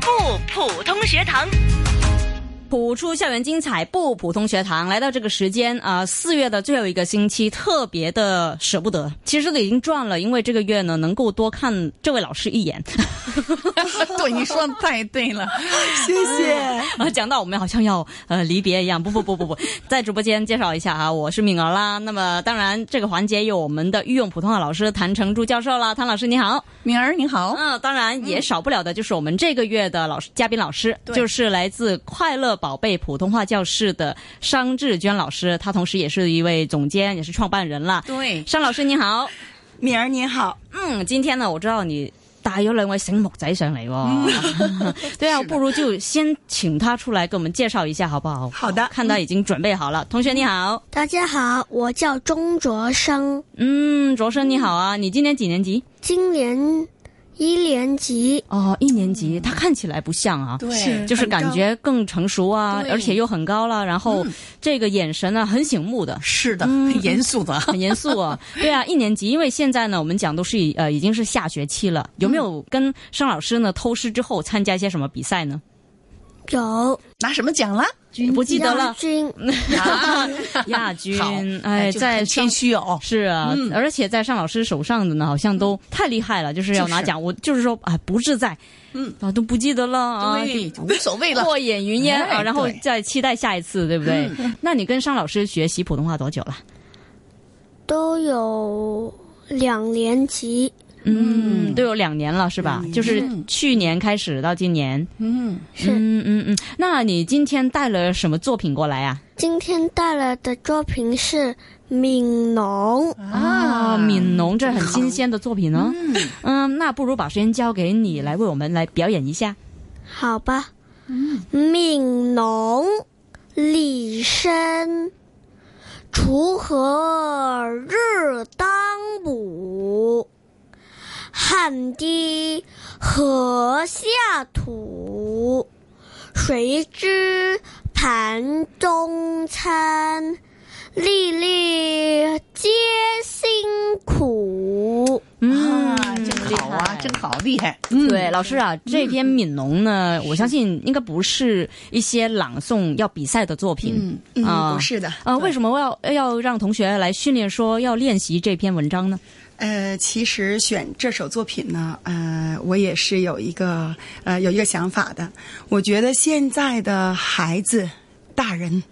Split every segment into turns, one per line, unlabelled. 普通学堂。
普出校园精彩不普通学堂来到这个时间啊，四、月的最后一个星期，特别的舍不得。其实都已经赚了，因为这个月呢能够多看这位老师 一眼。
对，你说的太对了，
谢谢。
啊，讲到我们好像要呃离别一样，不不不不 不，在直播间介绍一下啊，我是敏儿啦。那么当然这个环节有我们的御用普通话老师谭成珠教授啦，谭老师你好。
敏儿你好，
嗯，当然也少不了的就是我们这个月的老师嘉宾老师，
对
就是来自快乐宝贝普通话教室的商志娟老师，她同时也是一位总监，也是创办人啦。
对，
商老师你好，
敏儿你好，
嗯，今天呢，我知道你。带咗两位醒目仔上嚟 喎，哦对啊，不如就先请他出来给我们介绍一下，好不好？
好的
看他已经准备好了。同学你好，
大家好，我叫钟卓生，
嗯，卓生你好啊，你今年几年级？
今年一年级。
哦，一年级。他看起来不像啊，
嗯对，
就是
很高
感觉更成熟啊，
对嗯
而且又很高了，然后这个眼神呢、很醒目的。
是的，很严肃的。
很严肃啊，对啊，一年级，因为现在呢，我们讲都是以呃已经是下学期了，有没
嗯
有跟尚老师呢偷师之后参加一些什么比赛呢？
有
拿什么奖了？
不记得
亚
了，
军，
啊
亚军
好，，
哎，
就
在上
很谦虚哦。
是啊，而且在尚老师手上的呢，好像都太厉害了，就是要拿
就是
奖，我就是说啊，不是在，
嗯
啊都不记得了啊，
对，无所谓了。
过眼云烟
哎
啊，然后
对
再期待下一次，对不对？那你跟商老师学习普通话多久了？
都有两年级。
嗯，都有两年了，是吧？就是去年开始到今年。
嗯，
是，
嗯嗯嗯。那你今天带了什么作品过来啊？
今天带来的作品是《悯农》。
啊，悯农，这很新鲜的作品哦。嗯，那不如把时间交给你来为我们来表演一下。
好吧。悯农，立身，锄禾日当午，汗滴禾下土，谁知盘中餐，粒粒皆辛苦。
嗯，
啊，真好
厉
啊，
害
真好，厉害。嗯，
对，老师啊，这篇《悯农》呢，我相信应该不是一些朗诵要比赛的作品。
嗯，
啊
不是的，
啊，为什么要要让同学来训练说要练习这篇文章呢？
呃，其实选这首作品呢，呃，我也是有一个呃有一个想法的。我觉得现在的孩子、大人，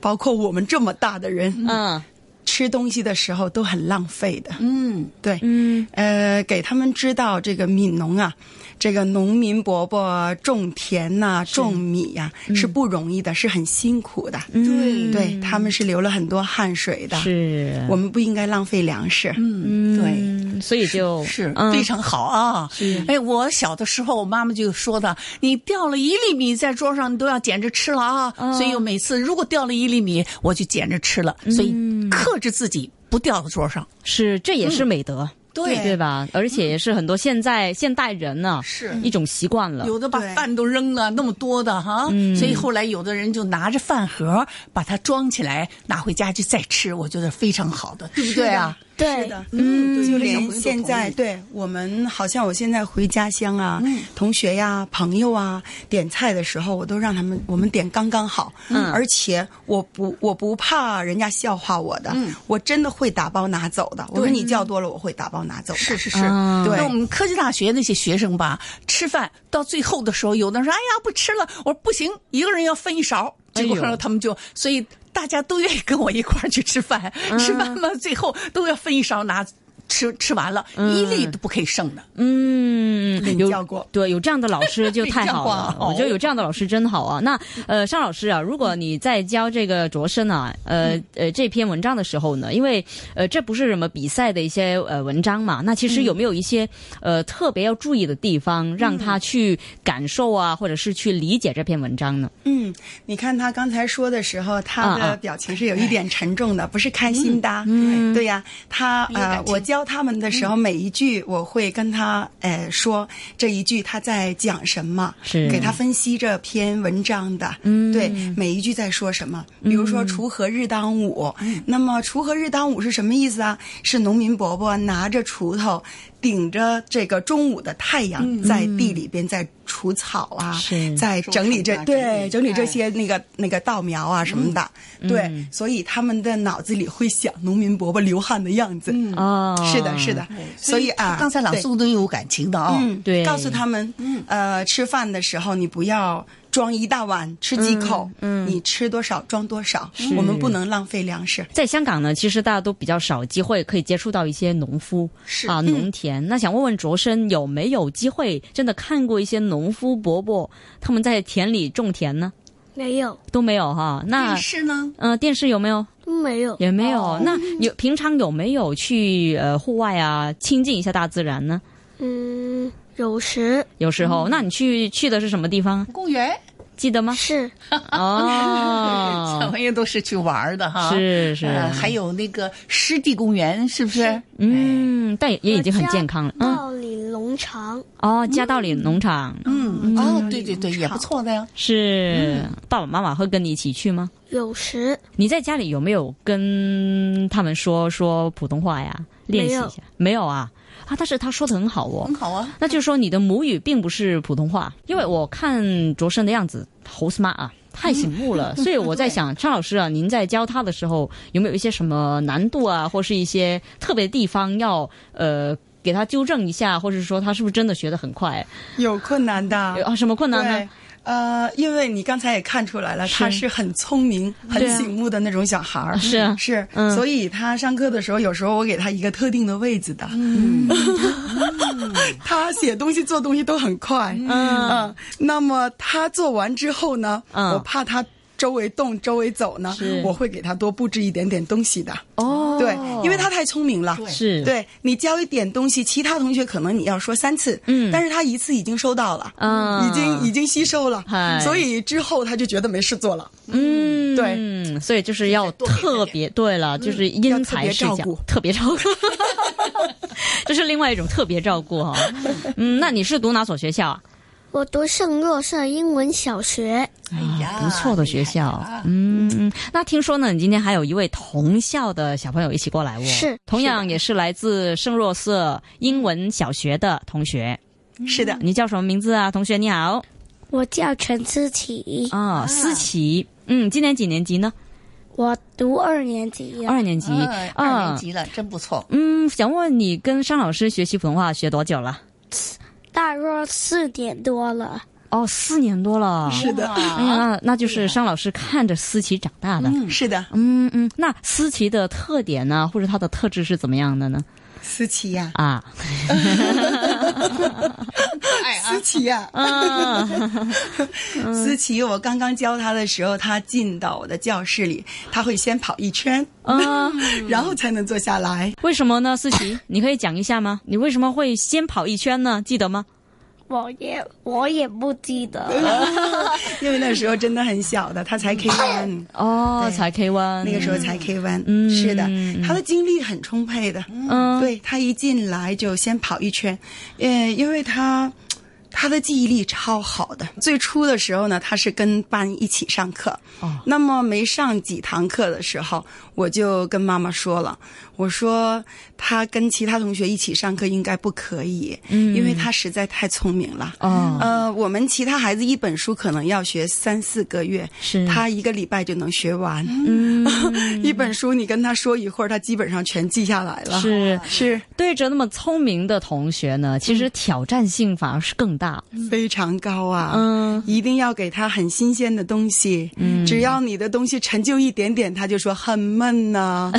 包括我们这么大的人，
嗯
吃东西的时候都很浪费的。
嗯，
对，
嗯
呃，给他们知道这个悯农啊，这个农民伯伯种田呐、种米呀、是不容易的，是很辛苦的。
嗯
对，他们是流了很多汗水的。
是
我们不应该浪费粮食。
嗯，对。
嗯，所以就是嗯
非常好啊！哎，我小的时候，我妈妈就说的，你掉了一粒米在桌上，你都要捡着吃了啊！
嗯
所以我每次如果掉了一粒米，我就捡着吃了，所以
嗯
克制自己不掉到桌上。
是这也是美德，
嗯对
对吧？而且也是很多现在现代人呢
是
一种习惯了。
有的把
对
饭都扔了，那么多的哈，所以后来有的人就拿着饭盒把它装起来，拿回家去再吃，我觉得非常好的，对不对啊？
对，
嗯，
对
就
小
连
朋友都
现在，
同
对我们好像我现在回家乡啊，
嗯
同学呀、朋友啊，点菜的时候，我都让他们我们点刚刚好，嗯，而且我不我不怕人家笑话我的，
嗯
我真的会打包拿走的。我说你叫多了，我会打包拿走的。
是是是，
嗯
那
对
我们科技大学那些学生吧，吃饭到最后的时候，有的人说：“哎呀，不吃了。”我说：“不行，一个人要分一勺。”
哎
结
呦
果然后他们就，所以大家都愿意跟我一块儿去吃饭，吃饭嘛，最后都要分一勺拿。吃吃完了，一粒都不可以剩的。
嗯，
领
有
教过
对有这样的老师 就太好
领
了
教，
哦
过
我觉得有这样的老师真好啊。那呃，尚老师啊，如果你在教这个卓生啊，呃
嗯
呃这篇文章的时候呢，因为呃这不是什么比赛的一些呃文章嘛，那其实
嗯
有没有一些呃特别要注意的地方，让他去感受啊，或者是去理解这篇文章呢？
嗯，你看他刚才说的时候，他
啊啊
的表情是有一点沉重的，不是开心的。嗯，对呀、他呃，我教他们的时候，每一句我会跟他呃说这一句他在讲什么，
是
给他分析这篇文章的。嗯，对，每一句在说什么。比如说“锄禾日当嗯午”，那么“锄禾日当午”是什么意思啊？是农民伯伯拿着锄头。顶着这个中午的太阳，在地里边在除草啊，
是
在整理这
种种啊
对
整
整
理
理这些那个那个稻苗啊什么的，对，所以他们的脑子里会想农民伯伯流汗的样子。
哦，
嗯是的，是的，所以啊，
嗯刚才朗
对
诵都有感情的啊、
嗯，
对
告诉他们，呃，吃饭的时候你不要装一大碗，吃几口，嗯，你吃多少装多少，我们不能浪费粮食。
在香港呢，其实大家都比较少机会可以接触到一些农夫
是
啊、农田。那想问问卓生有没有机会真的看过一些农夫伯伯他们在田里种田呢？
没有，
都没有哈。那
但是呢，
呃，电视有没有？
没有，
也没有。那有平常有没有去呃户外啊，亲近一下大自然呢？
嗯，有时
有时候，那你去去的是什么地方？
公园
记得 吗？
是
小
哦，
朋友都是去玩儿的哈。。
是是，
呃，还有那个湿地公园，是不是？
嗯，但也也已经很
我家
健康了。嗯，
道理农场，
哦，家道里农场。
嗯，哦，对对对，也不错的呀。
嗯是、
嗯
爸爸妈妈会跟你一起去吗？
有时
你在家里有没有跟他们说说普通话呀？练习一下，没有啊啊！但是他说的很好哦
很，
嗯
好啊，
那就是说你的母语并不是普通话，因为我看卓生的样子好 smart 啊，太醒目了，
嗯
所以我在 想，张老师啊，您在教他的时候有没有一些什么难度啊，或是一些特别地方要呃给他纠正一下，或者说他是不是真的学得很快
有困难 的
啊？什么困难
对
呢？，
呃，因为你刚才也看出来了，
是
他是很聪明、很
对啊
醒目的那种小孩儿，
是啊
是
嗯，
所以他上课的时候，有时候我给他一个特定的位置的，
嗯
他写东西、做东西都很快，
嗯
嗯，那么他做完之后呢，
嗯
我怕他。周围动，周围走呢
是，
我会给他多布置一点点东西的。
哦
对，因为他太聪明了，
是
对你教一点东西，其他同学可能你要说三次，
嗯
但是他一次已经收到了，
嗯
已经已经吸收了
嗨，
所以之后他就觉得没事做了。
嗯，
对
嗯，所以就是要特别对了，就是因材施
要
教
特别照顾，
嗯特别照顾， 这是另外一种特别照顾哈。嗯，那你是读哪所学校啊？
我读圣若瑟英文小学，
哎呀哎啊
不错的学校，嗯，那听说呢，你今天还有一位同校的小朋友一起过来哦，
是
同样也是来自圣若瑟英文小学的同学，
是的，
你叫什么名字啊？同学你好，
我叫陈思琪，
啊，思琪，嗯，今年几年级呢？
我读二年级，
二年级，
嗯二年
啊，
级了，真不错。
嗯，想问你跟商老师学习普通话学多久了？
大约四点多了。
哦，四年多了。
是的，
嗯，那那就是商老师看着思琪长大的。
是的，
嗯嗯，那思琪的特点呢，或者她的特质是怎么样的呢？
思琪呀，
啊，
哎啊
思，琪呀，
啊 嗯
思琪，我刚刚教他的时候，他进到我的教室里，他会先跑一圈，
嗯，
然后才能坐下来。
为什么呢？思琪，你可以讲一下吗？你为什么会先跑一圈呢？记得吗？
我也我也不记得，
因为那时候真的很小的，他才 K one，
哦，
对
才 K one，
那个时候才 K one，
嗯
是的
嗯，
他的精力很充沛的，
嗯，
对他一进来就先跑一圈，呃，因为他。他的记忆力超好的。最初的时候呢，他是跟班一起上课。
哦
那么没上几堂课的时候，我就跟妈妈说了，我说他跟其他同学一起上课应该不可以，嗯，因为他实在太聪明了。
哦，
呃，我们其他孩子一本书可能要学三四个月，
是
他一个礼拜就能学完。嗯， 一本书你跟他说一会儿，他基本上全记下来了。
是
是，
对着那么聪明的同学呢，其实挑战性反而是更大。
非常高啊。
嗯，
一定要给他很新鲜的东西。嗯，只要你的东西陈旧一点点，他就说很闷呐、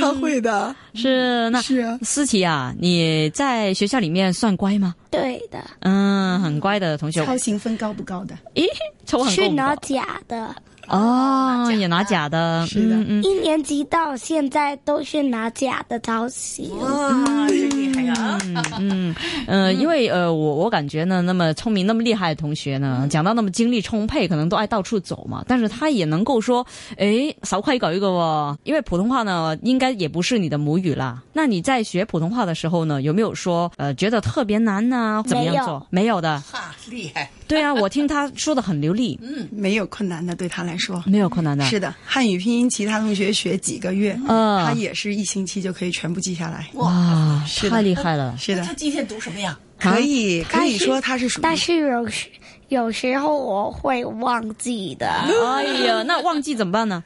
他会的，
是那
是啊。
思琪啊，你在学校里面算乖吗？
对的，
嗯，很乖的同学。
操行分高不高的？
咦，抽很
去
够不
拿
够
假的，
哦，也拿假的，
是的
嗯
一年级到现在都是拿假的抄袭。
哇，真厉害啊！
嗯嗯呃，因为呃，我我感觉呢，那么聪明、那么厉害的同学呢，讲到那么精力充沛，可能都爱到处走嘛，但是他也能够说，诶，少快搞一个哦，因为普通话呢，应该也不是你的母语啦。那你在学普通话的时候呢，有没有说呃，觉得特别难呐、怎么样做？没有的，啊
哈，厉害！
对啊，我听他说的很流利，
没有困难的，对他来难说。
没有困难的。
是的，汉语拼音其他同学学几个月，
嗯
他也是一星期就可以全部记下来。
哇，
是
啊
的
太厉害了！
是的
他，今天读什么呀？
可以可
但
以
是
说他是属于
但是有时有时候我会忘记的，
哎呀，那忘记怎么办呢？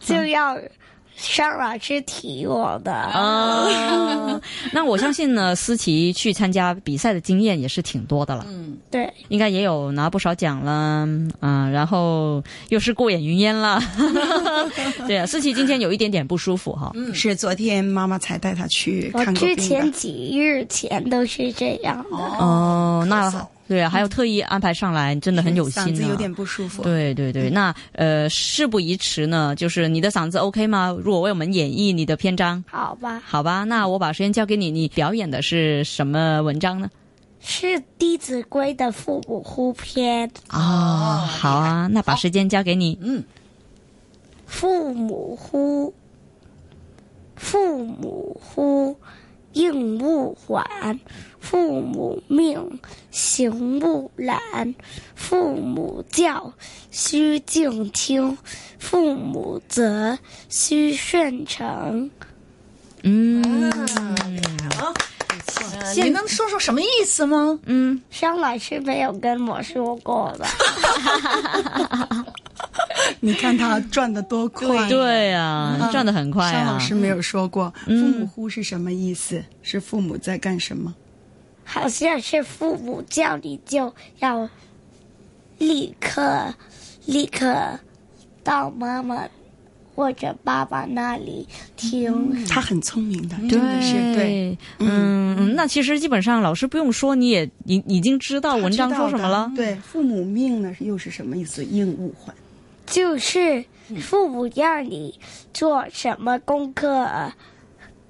就要上老师提我的。
啊，那我相信呢，思琪去参加比赛的经验也是挺多的了，
对，
应该也有拿不少奖啦，嗯、然后又是过眼云烟 了。对啊，思琪今天有一点点不舒服哈，
是昨天妈妈才带他去
我
看过
哦之
病
前
的。
几日前都是这样的。
哦，
咳嗽
那对啊，还有特意安排上来，真的很有
啊
心
嗓子
呢、
有点不舒服。
对对对，那呃，事不宜迟呢，就是你的嗓子 OK 吗？如果为我们演绎你的篇章，
好吧，
好吧，那我把时间交给你，你表演的是什么文章呢？
是《弟子规》的父母呼篇。
哦，好啊，那把时间交给你。
父母呼，父母呼，应勿缓；父母命，行勿懒；父母教，须敬听；父母责，须顺承。
嗯
你能说说什么意思吗？
嗯，
商老师没有跟我说过吧？
你看他转的多快。
对
嗯
啊，转的很快
商
啊
老。师没有说过“
嗯
父母呼”是什么意思？是父母在干什么？
好像是父母叫你就要立刻立刻到妈妈或者爸爸那里听。
他很聪明的，真的是对。，
嗯嗯，那其实基本上老师不用说，你也已已经知道文章说什么了
他知道的。对，父母命呢又是什么意思？应勿缓。
就是父母让你做什么功课，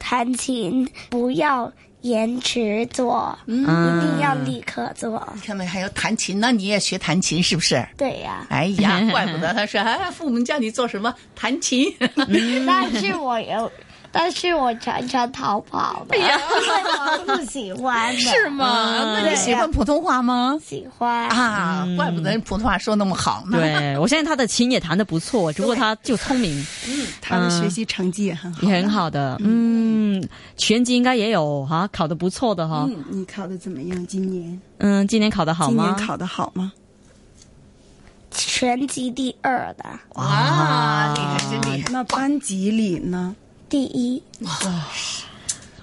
弹琴不要延迟做，
嗯
一定要立刻做。
你看没？还要弹琴，那你也学弹琴是不是？
对呀、
哎呀， 怪不得他说，哎，父母叫你做什么？弹琴。
但是我有，但是我常常逃跑的，因为我不喜欢的。
是吗？啊那你喜欢普通话吗？
喜欢
啊，怪不得人普通话说那么好呢。
嗯对，我相信他的琴也弹得不错，只不过他就聪 明，
他的学习成绩也很好
也。很好的。嗯，拳击应该也有哈，考得不错的哈。
嗯，你考的怎么样？今年？
嗯，今年考得好
今
吗
年？考的好吗？
全级第二的
哇，厉害，真
嗯
厉害！
那班级里呢？
第一，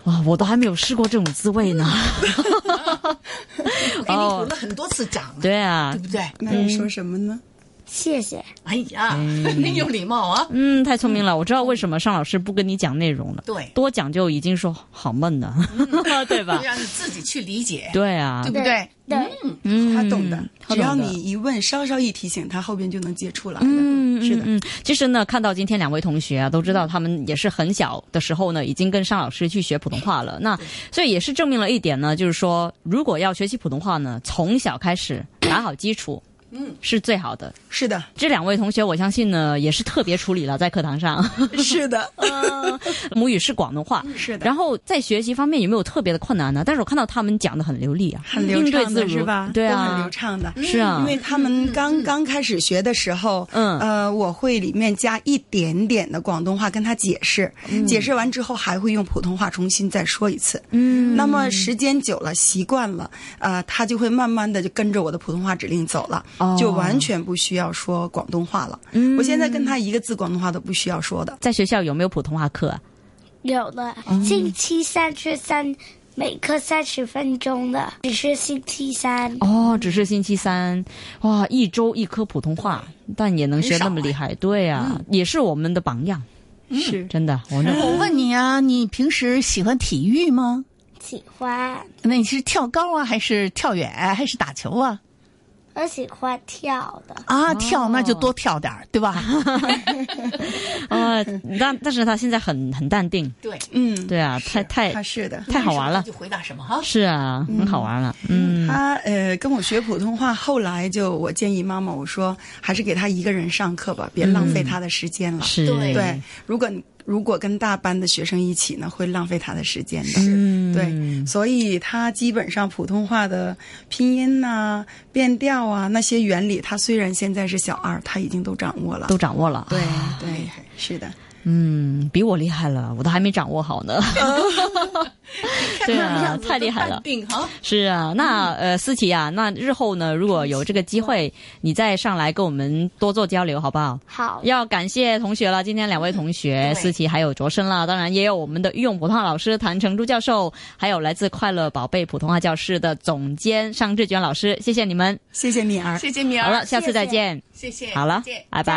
哇，我都还没有试过这种滋味 呢。
我给你鼓了很多次掌，
哦对啊
对，不对？
那又说什么呢？
谢谢。
哎呀，很有礼貌啊。
嗯，太聪明了，我知道为什么尚老师不跟你讲内容了。
对
多讲就已经说好闷了， 啊对吧
就？ 让你自己去理解，
对啊
对，不对？
对，
嗯，
他懂的，
他
只要
懂的
你一问，稍稍一提醒，他后边就能接出来的。
嗯，
是的。
嗯，嗯其实呢，看到今天两位同学啊，都知道他们也是很小的时候呢，已经跟尚老师去学普通话了。那所以也是证明了一点呢，就是说，如果要学习普通话呢，从小开始打好基础，嗯，是最好的。
是的，
这两位同学，我相信呢，也是特别处理了在课堂上。嗯
是 的，
母语是广东话，
是的
然后在学习方面有没有特别的困难呢？但是我看到他们讲的很流利啊，
很流
应对
畅
自
的
如
是吧？
对
都很
啊
流，畅的。
是啊
因，为他们刚刚开始学的时候，
嗯
呃，我会里面加一点点的广东话跟他解释，解释完之后还会用普通话重新再说一次。
嗯，
那么时间久了，习惯了，呃，他就会慢慢的就跟着我的普通话指令走了，
哦
就完全不需要说广东话了。
嗯
我现在跟他一个字广东话都不需要说的。
在学校有没有普通话课啊？
有的星期三是三，每课三十分钟的，只是星期三。
哦，只是星期三，哇，一周一科普通话，但也能学那么厉害，对啊，也是我们的榜样，
嗯是
真的，我 那
我问你啊，你平时喜欢体育吗？
喜欢，
那你是跳高啊，还是跳远，还是打球啊？
我喜欢跳的。
哦
啊，跳那就多跳点儿，对吧？
呃，但但是他现在很很淡定，
对，
嗯，
对啊，太太
他是的。
太好玩了，
就回答什么哈。
是啊，很好玩了，嗯，
他呃跟我学普通话，后来就我建议妈妈，我说还是给他一个人上课吧，别浪费他的时间了。
是，
对
嗯对，如果你如果跟大班的学生一起呢，会浪费他的时间
嗯
的。对，所以他基本上普通话的拼音呐、变调啊那些原理，他虽然现在是小二，他已经都掌握了。
都掌握了。
对对，是的。
嗯，比我厉害了，我都还没掌握好呢。对 啊，太厉害了。
定哈，
是啊，那
嗯
呃，思琪啊，那日后呢，如果有这个机会，你再上来跟我们多做交流，好不好？
好，
要感谢同学了，今天两位同学
嗯对
思琪还有卓生啦，当然也有我们的御用普通话老师谭成珠教授，还有来自快乐宝贝普通话教室的总监尚志娟老师，谢谢你们。
谢谢敏儿。
谢谢米儿，
好了，下次再见。
谢谢，
好了
再见，
拜拜。